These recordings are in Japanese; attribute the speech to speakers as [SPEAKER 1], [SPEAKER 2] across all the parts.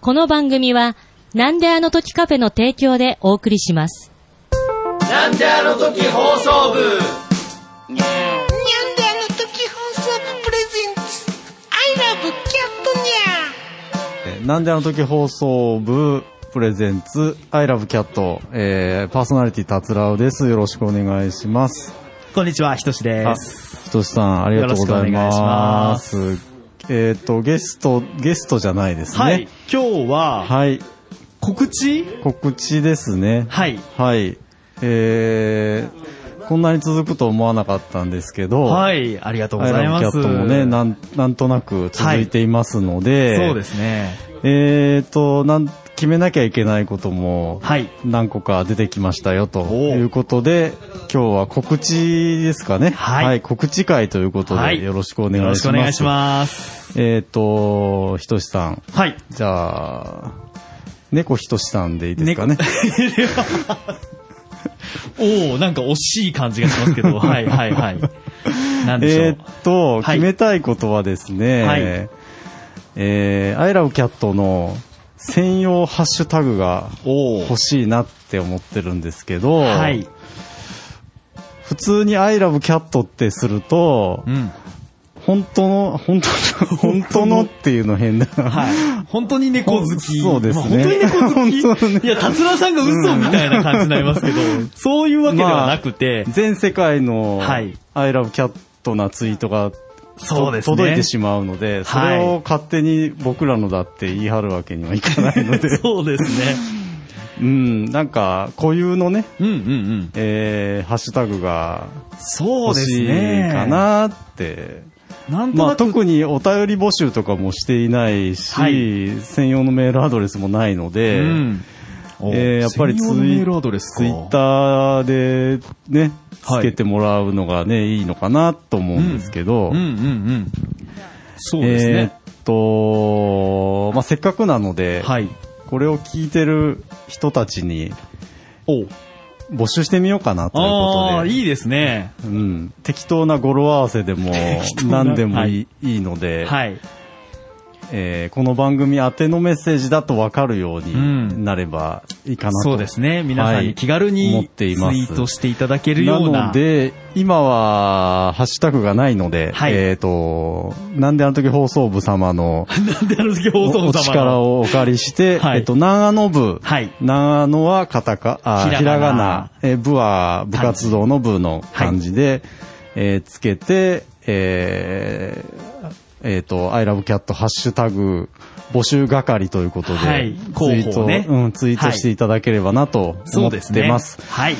[SPEAKER 1] この番組は、なんであの時カフェの提供でお送りします。
[SPEAKER 2] なんであの時放送部
[SPEAKER 3] ニャンであの時放送部プレゼンツ I love キャットニ
[SPEAKER 4] えーなんであの時放送部プレゼンツ、アイラブキャット、えー、パーソナリティ達郎です。よろしくお願いします。
[SPEAKER 5] こんにちは、ひとしで
[SPEAKER 4] あ、
[SPEAKER 5] す。
[SPEAKER 4] ひとしさん、ありがとうございます。えっ、と、ゲスト、ゲストじゃないですね。
[SPEAKER 5] はい、今日は、
[SPEAKER 4] はい。
[SPEAKER 5] 告知
[SPEAKER 4] 告知ですね。
[SPEAKER 5] はい。
[SPEAKER 4] はい。えー、こんなに続くと思わなかったんですけど、
[SPEAKER 5] はい、ありがとうご
[SPEAKER 4] アイ
[SPEAKER 5] ざい
[SPEAKER 4] ラブ
[SPEAKER 5] ま
[SPEAKER 4] キャ
[SPEAKER 5] す。
[SPEAKER 4] ットもね、なん、なんとなく続いていますので、
[SPEAKER 5] そうですね。
[SPEAKER 4] えーと、なん、決めなきゃいけないことも、
[SPEAKER 5] はい。
[SPEAKER 4] 何個か出てきましたよと
[SPEAKER 5] おう
[SPEAKER 4] いうことで、今日は告知ですかね。
[SPEAKER 5] はい
[SPEAKER 4] 告知会ということ
[SPEAKER 5] は
[SPEAKER 4] で、
[SPEAKER 5] い
[SPEAKER 4] よろしくお願いします。
[SPEAKER 5] よろしくお願いします。
[SPEAKER 4] す。えっと、ひとしさん。
[SPEAKER 5] はい。
[SPEAKER 4] じゃあ、猫ひとしさんでいいですかね。
[SPEAKER 5] おおなんか惜しい感じがします けど、はい、はい、はい。なんでしょ
[SPEAKER 4] え
[SPEAKER 5] う。
[SPEAKER 4] ーっと、
[SPEAKER 5] はい
[SPEAKER 4] 決めたいことはですね、
[SPEAKER 5] はい
[SPEAKER 4] えー、I love cat の専用ハッシュタグが
[SPEAKER 5] おお
[SPEAKER 4] 欲しいなって思ってるんですけど、
[SPEAKER 5] はい。
[SPEAKER 4] 普通に I love cat ってすると
[SPEAKER 5] う、ん。
[SPEAKER 4] 本当の、本当 の、本当のっていうの変だな。
[SPEAKER 5] はい。本当に猫好き。
[SPEAKER 4] そうですね
[SPEAKER 5] まあ本当に猫
[SPEAKER 4] 本
[SPEAKER 5] 好
[SPEAKER 4] 当に
[SPEAKER 5] き。いや、達郎さんが嘘みたいな感じになりますけど、そういうわけではなくて、
[SPEAKER 4] 全世界の、
[SPEAKER 5] は
[SPEAKER 4] I
[SPEAKER 5] い
[SPEAKER 4] love cat なツイートが、
[SPEAKER 5] そうですね。
[SPEAKER 4] 届いてしまうので、それ
[SPEAKER 5] は
[SPEAKER 4] を勝手に僕らのだって言い張るわけにはいかない ので、
[SPEAKER 5] そうですね。
[SPEAKER 4] うん、なんか固有のね、
[SPEAKER 5] うんうんうん。
[SPEAKER 4] えーハッシュタグが
[SPEAKER 5] そう
[SPEAKER 4] 欲
[SPEAKER 5] です
[SPEAKER 4] しい
[SPEAKER 5] ね。
[SPEAKER 4] か。なって。
[SPEAKER 5] なんと
[SPEAKER 4] ま
[SPEAKER 5] な
[SPEAKER 4] あ
[SPEAKER 5] く、
[SPEAKER 4] 特にお便り募集とかもしていないし、
[SPEAKER 5] はい
[SPEAKER 4] 専用のメールアドレスもないので、
[SPEAKER 5] うん
[SPEAKER 4] えーやっぱりツイ
[SPEAKER 5] 専用のメールアドレス
[SPEAKER 4] ツイッターでね、つけてもらうのがね、いいのかなと思うんですけど、
[SPEAKER 5] うんうんうん。そうです
[SPEAKER 4] えーっ
[SPEAKER 5] ね。
[SPEAKER 4] と、まあ、せっかくなので、
[SPEAKER 5] はい。
[SPEAKER 4] これを聞いてる人たちに
[SPEAKER 5] お
[SPEAKER 4] 募集してみようかなという
[SPEAKER 5] あ
[SPEAKER 4] こと
[SPEAKER 5] あ、
[SPEAKER 4] で、
[SPEAKER 5] いいですね。
[SPEAKER 4] うん、適当な語呂合わせでも
[SPEAKER 5] 当な
[SPEAKER 4] 何でもいい,、い、いので、
[SPEAKER 5] はい。
[SPEAKER 4] えーこの番組宛てのメッセージだと分かるようになればいいかなと。
[SPEAKER 5] そうですね。皆さんに気軽
[SPEAKER 4] はい思っ
[SPEAKER 5] にツ
[SPEAKER 4] て
[SPEAKER 5] イ
[SPEAKER 4] います
[SPEAKER 5] ートしていただけるような。
[SPEAKER 4] ので、今は、ハッシュタグがないので、
[SPEAKER 5] はい
[SPEAKER 4] えっ、と、なんであの時放送部様の
[SPEAKER 5] なん であの時放送
[SPEAKER 4] お
[SPEAKER 5] 部様の
[SPEAKER 4] 力をお借りして、
[SPEAKER 5] はい
[SPEAKER 4] えっと、長野部、
[SPEAKER 5] はい
[SPEAKER 4] 長野はカタカ、あ
[SPEAKER 5] ひらがな
[SPEAKER 4] ひらがな、えー部は部活動の部の漢字で、えーつけて、えーえっ、と、I love cat ハッシュタグ募集係ということで、
[SPEAKER 5] はい
[SPEAKER 4] ツイー
[SPEAKER 5] 広
[SPEAKER 4] ト、
[SPEAKER 5] 報ね
[SPEAKER 4] うん、ツイートしていただければなと
[SPEAKER 5] そ
[SPEAKER 4] 思
[SPEAKER 5] う
[SPEAKER 4] っ
[SPEAKER 5] です
[SPEAKER 4] て
[SPEAKER 5] ね。
[SPEAKER 4] ます。
[SPEAKER 5] はい。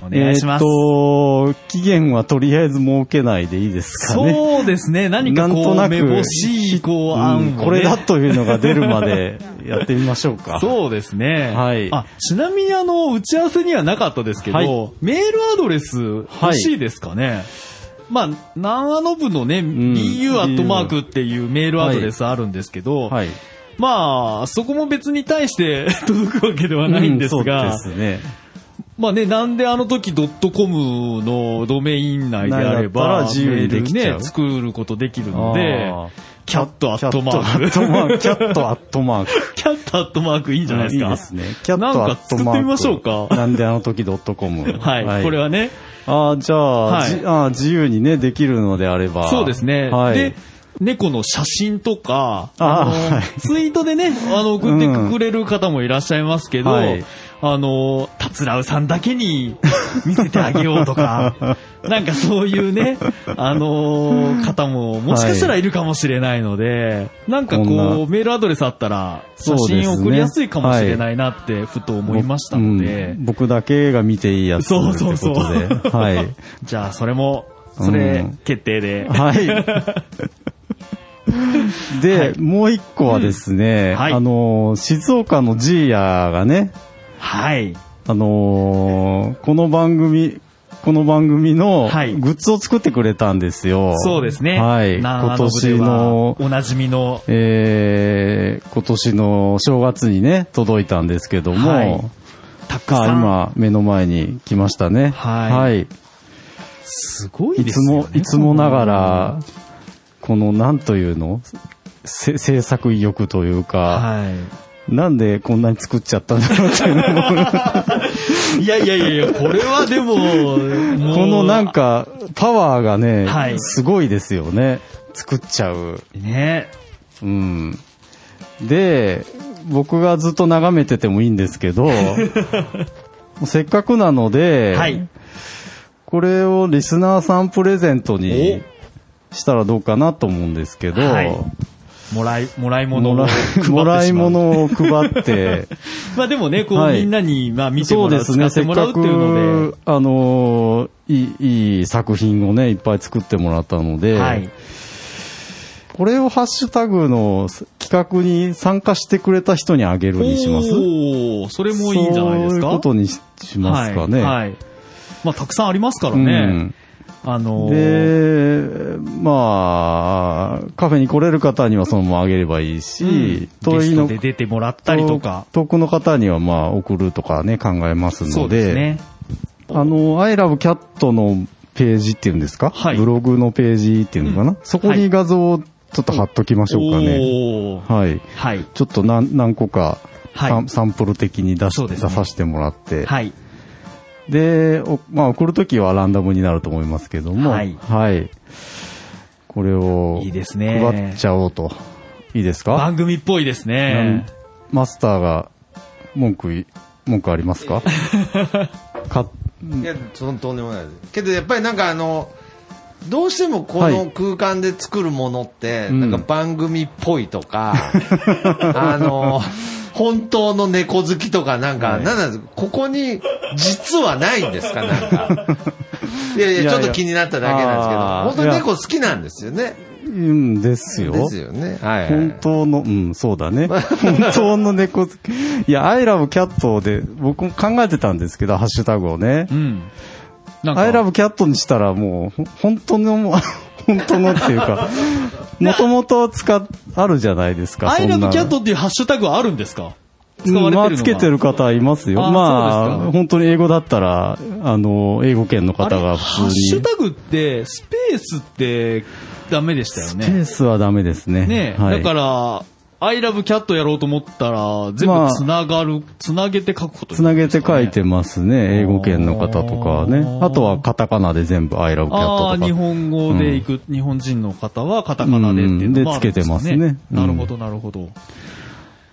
[SPEAKER 5] お願いします。
[SPEAKER 4] えーっと、期限はとりあえず設けないでいいですかね。
[SPEAKER 5] そうですね。何
[SPEAKER 4] な
[SPEAKER 5] か
[SPEAKER 4] ん
[SPEAKER 5] ことう、
[SPEAKER 4] なく
[SPEAKER 5] 目星い、こう、案を
[SPEAKER 4] う
[SPEAKER 5] ね
[SPEAKER 4] んこれだというのが出るまでやってみましょうか。
[SPEAKER 5] そうですね。
[SPEAKER 4] はい
[SPEAKER 5] あ、ちなみにあの、打ち合わせにはなかったですけど、
[SPEAKER 4] はい
[SPEAKER 5] メールアドレス欲しいですかね。まあ、長野部のね、bu アットマークっていうメールアドレスあるんですけど、
[SPEAKER 4] はい。
[SPEAKER 5] まあ、そこも別に対して 届くわけではないんですが、
[SPEAKER 4] うんそうですね。
[SPEAKER 5] まあね、なんであの時ドットコムのドメイン内であれ
[SPEAKER 4] な
[SPEAKER 5] ば、
[SPEAKER 4] んだったら自由にできちゃう
[SPEAKER 5] メールね、作ることできるので、キャットアットマ
[SPEAKER 4] キャ
[SPEAKER 5] ー
[SPEAKER 4] ットアッ
[SPEAKER 5] ク。
[SPEAKER 4] トマー ク。キャットアットマーク。
[SPEAKER 5] キャットアットマークいいんじゃないですか。
[SPEAKER 4] いいですね。キャットアットマーク。
[SPEAKER 5] なんか作ってみましょうか
[SPEAKER 4] なんであの時 .com。
[SPEAKER 5] はい、これはね、
[SPEAKER 4] ああ、じゃあ、
[SPEAKER 5] はい
[SPEAKER 4] じあー自由にね、できるのであれば。
[SPEAKER 5] そうですね。
[SPEAKER 4] はい。
[SPEAKER 5] で、猫の写真とか、
[SPEAKER 4] あ
[SPEAKER 5] あの
[SPEAKER 4] はい
[SPEAKER 5] ツイートでね、あの、送ってくれる方もいらっしゃいますけど、
[SPEAKER 4] うんはい
[SPEAKER 5] あの、たつらうさんだけに見せてあげよう とか、なんかそういうね、あの、方ももしかしたらいるかもしれないので、なんかこ
[SPEAKER 4] こんな
[SPEAKER 5] う、メールアドレスあったら、
[SPEAKER 4] そう
[SPEAKER 5] 写
[SPEAKER 4] ですね
[SPEAKER 5] 真送りやすいかもしれないなって、ふと思いましたので、
[SPEAKER 4] うん僕だけが見ていいやつって
[SPEAKER 5] そ
[SPEAKER 4] こと
[SPEAKER 5] うそ
[SPEAKER 4] で。
[SPEAKER 5] うそう
[SPEAKER 4] はい。
[SPEAKER 5] じゃあそれも、それ決定で、
[SPEAKER 4] はい。で、もう一個はですね、
[SPEAKER 5] うんはい
[SPEAKER 4] あのー、静岡のジーヤがね、
[SPEAKER 5] はい。
[SPEAKER 4] あのーこの番組、この番組のグ
[SPEAKER 5] はい
[SPEAKER 4] ッズを作ってくれたんですよ。
[SPEAKER 5] そうですね。
[SPEAKER 4] はい。
[SPEAKER 5] な
[SPEAKER 4] 今
[SPEAKER 5] あの部
[SPEAKER 4] 年
[SPEAKER 5] では
[SPEAKER 4] の、
[SPEAKER 5] おなじみの、
[SPEAKER 4] えー、今年の正月にね、届いたんですけども、
[SPEAKER 5] はいたく
[SPEAKER 4] あ
[SPEAKER 5] さん。
[SPEAKER 4] 今、目の前に来ましたね。
[SPEAKER 5] はい
[SPEAKER 4] はい
[SPEAKER 5] すごい
[SPEAKER 4] い
[SPEAKER 5] です
[SPEAKER 4] つ
[SPEAKER 5] よ
[SPEAKER 4] も
[SPEAKER 5] ね、。
[SPEAKER 4] いつもながら、このなんというのせ制作意欲というか、
[SPEAKER 5] はい。
[SPEAKER 4] なんでこんなに作っちゃったんだろうっていうのも
[SPEAKER 5] いやいやいやいや、これはでも、もう
[SPEAKER 4] このなん、か、パワーがね、
[SPEAKER 5] はい
[SPEAKER 4] すごいですよね。作っちゃう。
[SPEAKER 5] ね。
[SPEAKER 4] うん。で、僕がずっと眺めててもいいんですけ ど、せっかくなので、
[SPEAKER 5] はい。
[SPEAKER 4] これをリスナーさんプレゼントにしたらどうかなと思うんですけど、
[SPEAKER 5] はいもらい、もらい物
[SPEAKER 4] も
[SPEAKER 5] を
[SPEAKER 4] ら
[SPEAKER 5] 配ってし
[SPEAKER 4] い
[SPEAKER 5] ま。
[SPEAKER 4] うもらい物を配って、
[SPEAKER 5] まあでもね、こう、
[SPEAKER 4] はい
[SPEAKER 5] みんなに、まあ 見て
[SPEAKER 4] そ
[SPEAKER 5] も
[SPEAKER 4] う
[SPEAKER 5] ら
[SPEAKER 4] で
[SPEAKER 5] う、
[SPEAKER 4] す
[SPEAKER 5] 使
[SPEAKER 4] ね、
[SPEAKER 5] って
[SPEAKER 4] せっ
[SPEAKER 5] もらう
[SPEAKER 4] か
[SPEAKER 5] っていうの
[SPEAKER 4] く、あのーいい、いい作品をね、いっぱい作ってもらったので、
[SPEAKER 5] で、はい。
[SPEAKER 4] これをハッシュタグの企画に参加してくれた人にあげるにします
[SPEAKER 5] おーそれもいいんじゃないですか
[SPEAKER 4] そういうことにししますかね。
[SPEAKER 5] はい。はいまあ、たくさんありますから
[SPEAKER 4] う
[SPEAKER 5] ね
[SPEAKER 4] ん。
[SPEAKER 5] あのー、
[SPEAKER 4] で、まあ、カフェに来れる方にはそのままあげればいいし、
[SPEAKER 5] うんゲストで出てもらったりとか。
[SPEAKER 4] 遠くの方にはまあ送るとかね、考えますので、
[SPEAKER 5] そうですね。
[SPEAKER 4] あの、I love cat のページっていうんですか、
[SPEAKER 5] はい
[SPEAKER 4] ブログのページっていうのかな、
[SPEAKER 5] うん
[SPEAKER 4] そこ
[SPEAKER 5] はい
[SPEAKER 4] に画像をちょっと貼っときましょうかね。
[SPEAKER 5] おー
[SPEAKER 4] はい。
[SPEAKER 5] はい。
[SPEAKER 4] ちょっと何何個か、
[SPEAKER 5] はい
[SPEAKER 4] サンサンプル的に出し、
[SPEAKER 5] そうで
[SPEAKER 4] 出
[SPEAKER 5] すね
[SPEAKER 4] させてもらって、
[SPEAKER 5] はい。
[SPEAKER 4] で、おまあ送るときはランダムになると思いますけども、
[SPEAKER 5] はい
[SPEAKER 4] これを
[SPEAKER 5] いいですね
[SPEAKER 4] 配っちゃおうと。いいですか
[SPEAKER 5] 番組っぽいです
[SPEAKER 4] なん
[SPEAKER 5] ね。
[SPEAKER 4] マスターが文句い、文句あります かか
[SPEAKER 2] いや、そんとんでもないです。けど、やっぱりなんかあの、どうしてもこ
[SPEAKER 4] は
[SPEAKER 2] の
[SPEAKER 4] い
[SPEAKER 2] 空間で作るものって、
[SPEAKER 4] うん
[SPEAKER 2] なんか番組っぽいと か、あの、本当の猫好きとかなんか、なんなんですここに実はないんですかなん か。いやい
[SPEAKER 4] いやい
[SPEAKER 2] や、
[SPEAKER 4] や
[SPEAKER 2] ちょっと気になっただけなんですけど、
[SPEAKER 4] あー
[SPEAKER 2] 本当に猫好きなんですよね。
[SPEAKER 4] うんですよ。
[SPEAKER 2] ですよね。はい、はい。
[SPEAKER 4] 本当の、うん、そうだ ね。本当の猫好き。いや、I love cat で、僕も考えてたんですけど、ハッシュタグをね
[SPEAKER 5] う。ん。なんか
[SPEAKER 4] I love cat にしたらもう、ほ本当のも、 本当のっていうか、もともと使っ、あるじゃないですか。
[SPEAKER 5] ア
[SPEAKER 4] そ
[SPEAKER 5] イ
[SPEAKER 4] ん
[SPEAKER 5] ラ
[SPEAKER 4] な
[SPEAKER 5] ブキャットっていうハッシュタグはあるんですか
[SPEAKER 4] う
[SPEAKER 5] 使
[SPEAKER 4] ん
[SPEAKER 5] われてるの
[SPEAKER 4] ま
[SPEAKER 5] は
[SPEAKER 4] あ、つけてる方いますよ。
[SPEAKER 5] あそ
[SPEAKER 4] ま
[SPEAKER 5] うですか
[SPEAKER 4] あ、本当に英語だったら、あの、英語圏の
[SPEAKER 5] あれ
[SPEAKER 4] 方が
[SPEAKER 5] ハッ
[SPEAKER 4] 普
[SPEAKER 5] シ
[SPEAKER 4] 通
[SPEAKER 5] ュ
[SPEAKER 4] に。
[SPEAKER 5] タグって、スペースってダメでしたよ
[SPEAKER 4] スペ
[SPEAKER 5] ね。
[SPEAKER 4] ースはダメですね。
[SPEAKER 5] ねえ、
[SPEAKER 4] はい
[SPEAKER 5] だから、アイラブキャットやろうと思ったら、全
[SPEAKER 4] ま
[SPEAKER 5] 部
[SPEAKER 4] あ
[SPEAKER 5] つながる、つなげて書くこと
[SPEAKER 4] つなげて書いてますね。英語圏の方とかはね。
[SPEAKER 5] あー
[SPEAKER 4] あとはカタカナで全部 I love cat と
[SPEAKER 5] ああ
[SPEAKER 4] か。
[SPEAKER 5] ー、日本語で行く、日本人の方はカタカナでっていうのもあるんよ
[SPEAKER 4] うんでつけてますね
[SPEAKER 5] なるほど、なるほど。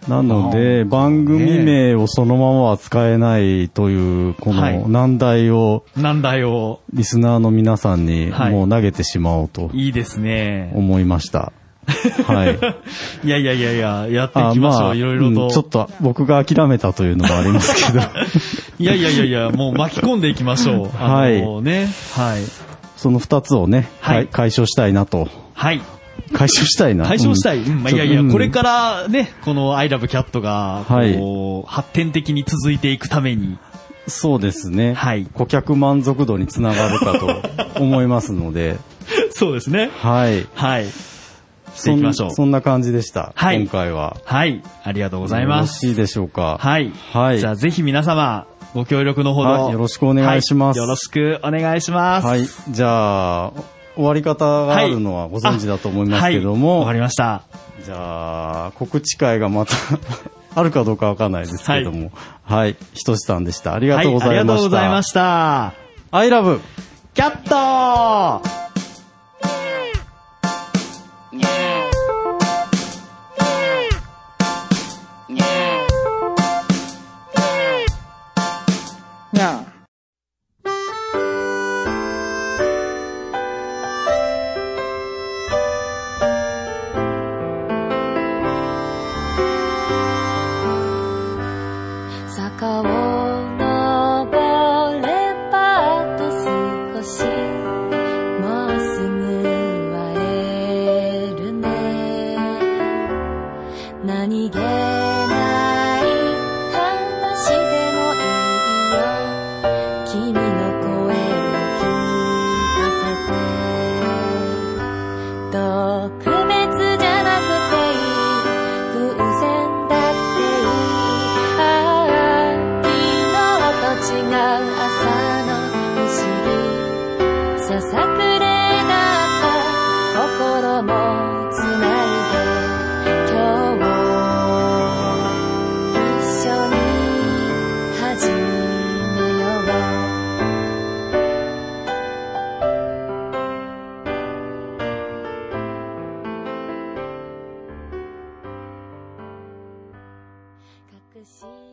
[SPEAKER 4] なので、番組名をそのままは使えないという、こ
[SPEAKER 5] はい
[SPEAKER 4] の難題を
[SPEAKER 5] なんだよ。
[SPEAKER 4] リスナーの皆さんに
[SPEAKER 5] はい
[SPEAKER 4] もう投げてしまおうと
[SPEAKER 5] いいですね。
[SPEAKER 4] 思いました。 はい。
[SPEAKER 5] いやいやいやいや、やっていきましょう、いろいろ
[SPEAKER 4] う
[SPEAKER 5] と。
[SPEAKER 4] んちょっと僕が諦めたというのもあります けど、
[SPEAKER 5] いやいやいやいや、もう巻き込んでいきま しょう。
[SPEAKER 4] は
[SPEAKER 5] あ
[SPEAKER 4] い
[SPEAKER 5] のね。はい。
[SPEAKER 4] その二つをね、
[SPEAKER 5] はい
[SPEAKER 4] 解解消したいなと。
[SPEAKER 5] はい。
[SPEAKER 4] 解消したいな。
[SPEAKER 5] 解消したい。
[SPEAKER 4] う
[SPEAKER 5] うんんまあ、いやいや、
[SPEAKER 4] ちょっとうん
[SPEAKER 5] これからね、この I love cat が、
[SPEAKER 4] はい
[SPEAKER 5] こう、発展的に続いていくた めに、
[SPEAKER 4] そうですね。
[SPEAKER 5] はい
[SPEAKER 4] 顧客満足度につながるかと思いますの で、
[SPEAKER 5] そうですね。
[SPEAKER 4] はい。
[SPEAKER 5] はい。していきましょう
[SPEAKER 4] そんそんな感じでした。
[SPEAKER 5] はい
[SPEAKER 4] 今回は。
[SPEAKER 5] はい。ありがとうございます
[SPEAKER 4] よろし。いでしょうか。
[SPEAKER 5] はい。
[SPEAKER 4] はい
[SPEAKER 5] じゃあ、ぜひ皆様、ご協力のほど。
[SPEAKER 4] はいよろしくお願いします
[SPEAKER 5] はいよろしくお願いします。
[SPEAKER 4] はい。じゃあ、終わり方があるのはご存知だと思いますけども、
[SPEAKER 5] はいわかりました。
[SPEAKER 4] じゃあ、告知会がまた あるかどうかわかんないですけども、はい、ひとしさんでした。ありがとうございました。
[SPEAKER 5] はい、ありがとうございました。
[SPEAKER 4] アイラブ
[SPEAKER 5] キャット
[SPEAKER 3] Hmm。
[SPEAKER 6] 坂を登ればあと少しもうすぐ会えるね何気ない話でもいいよしい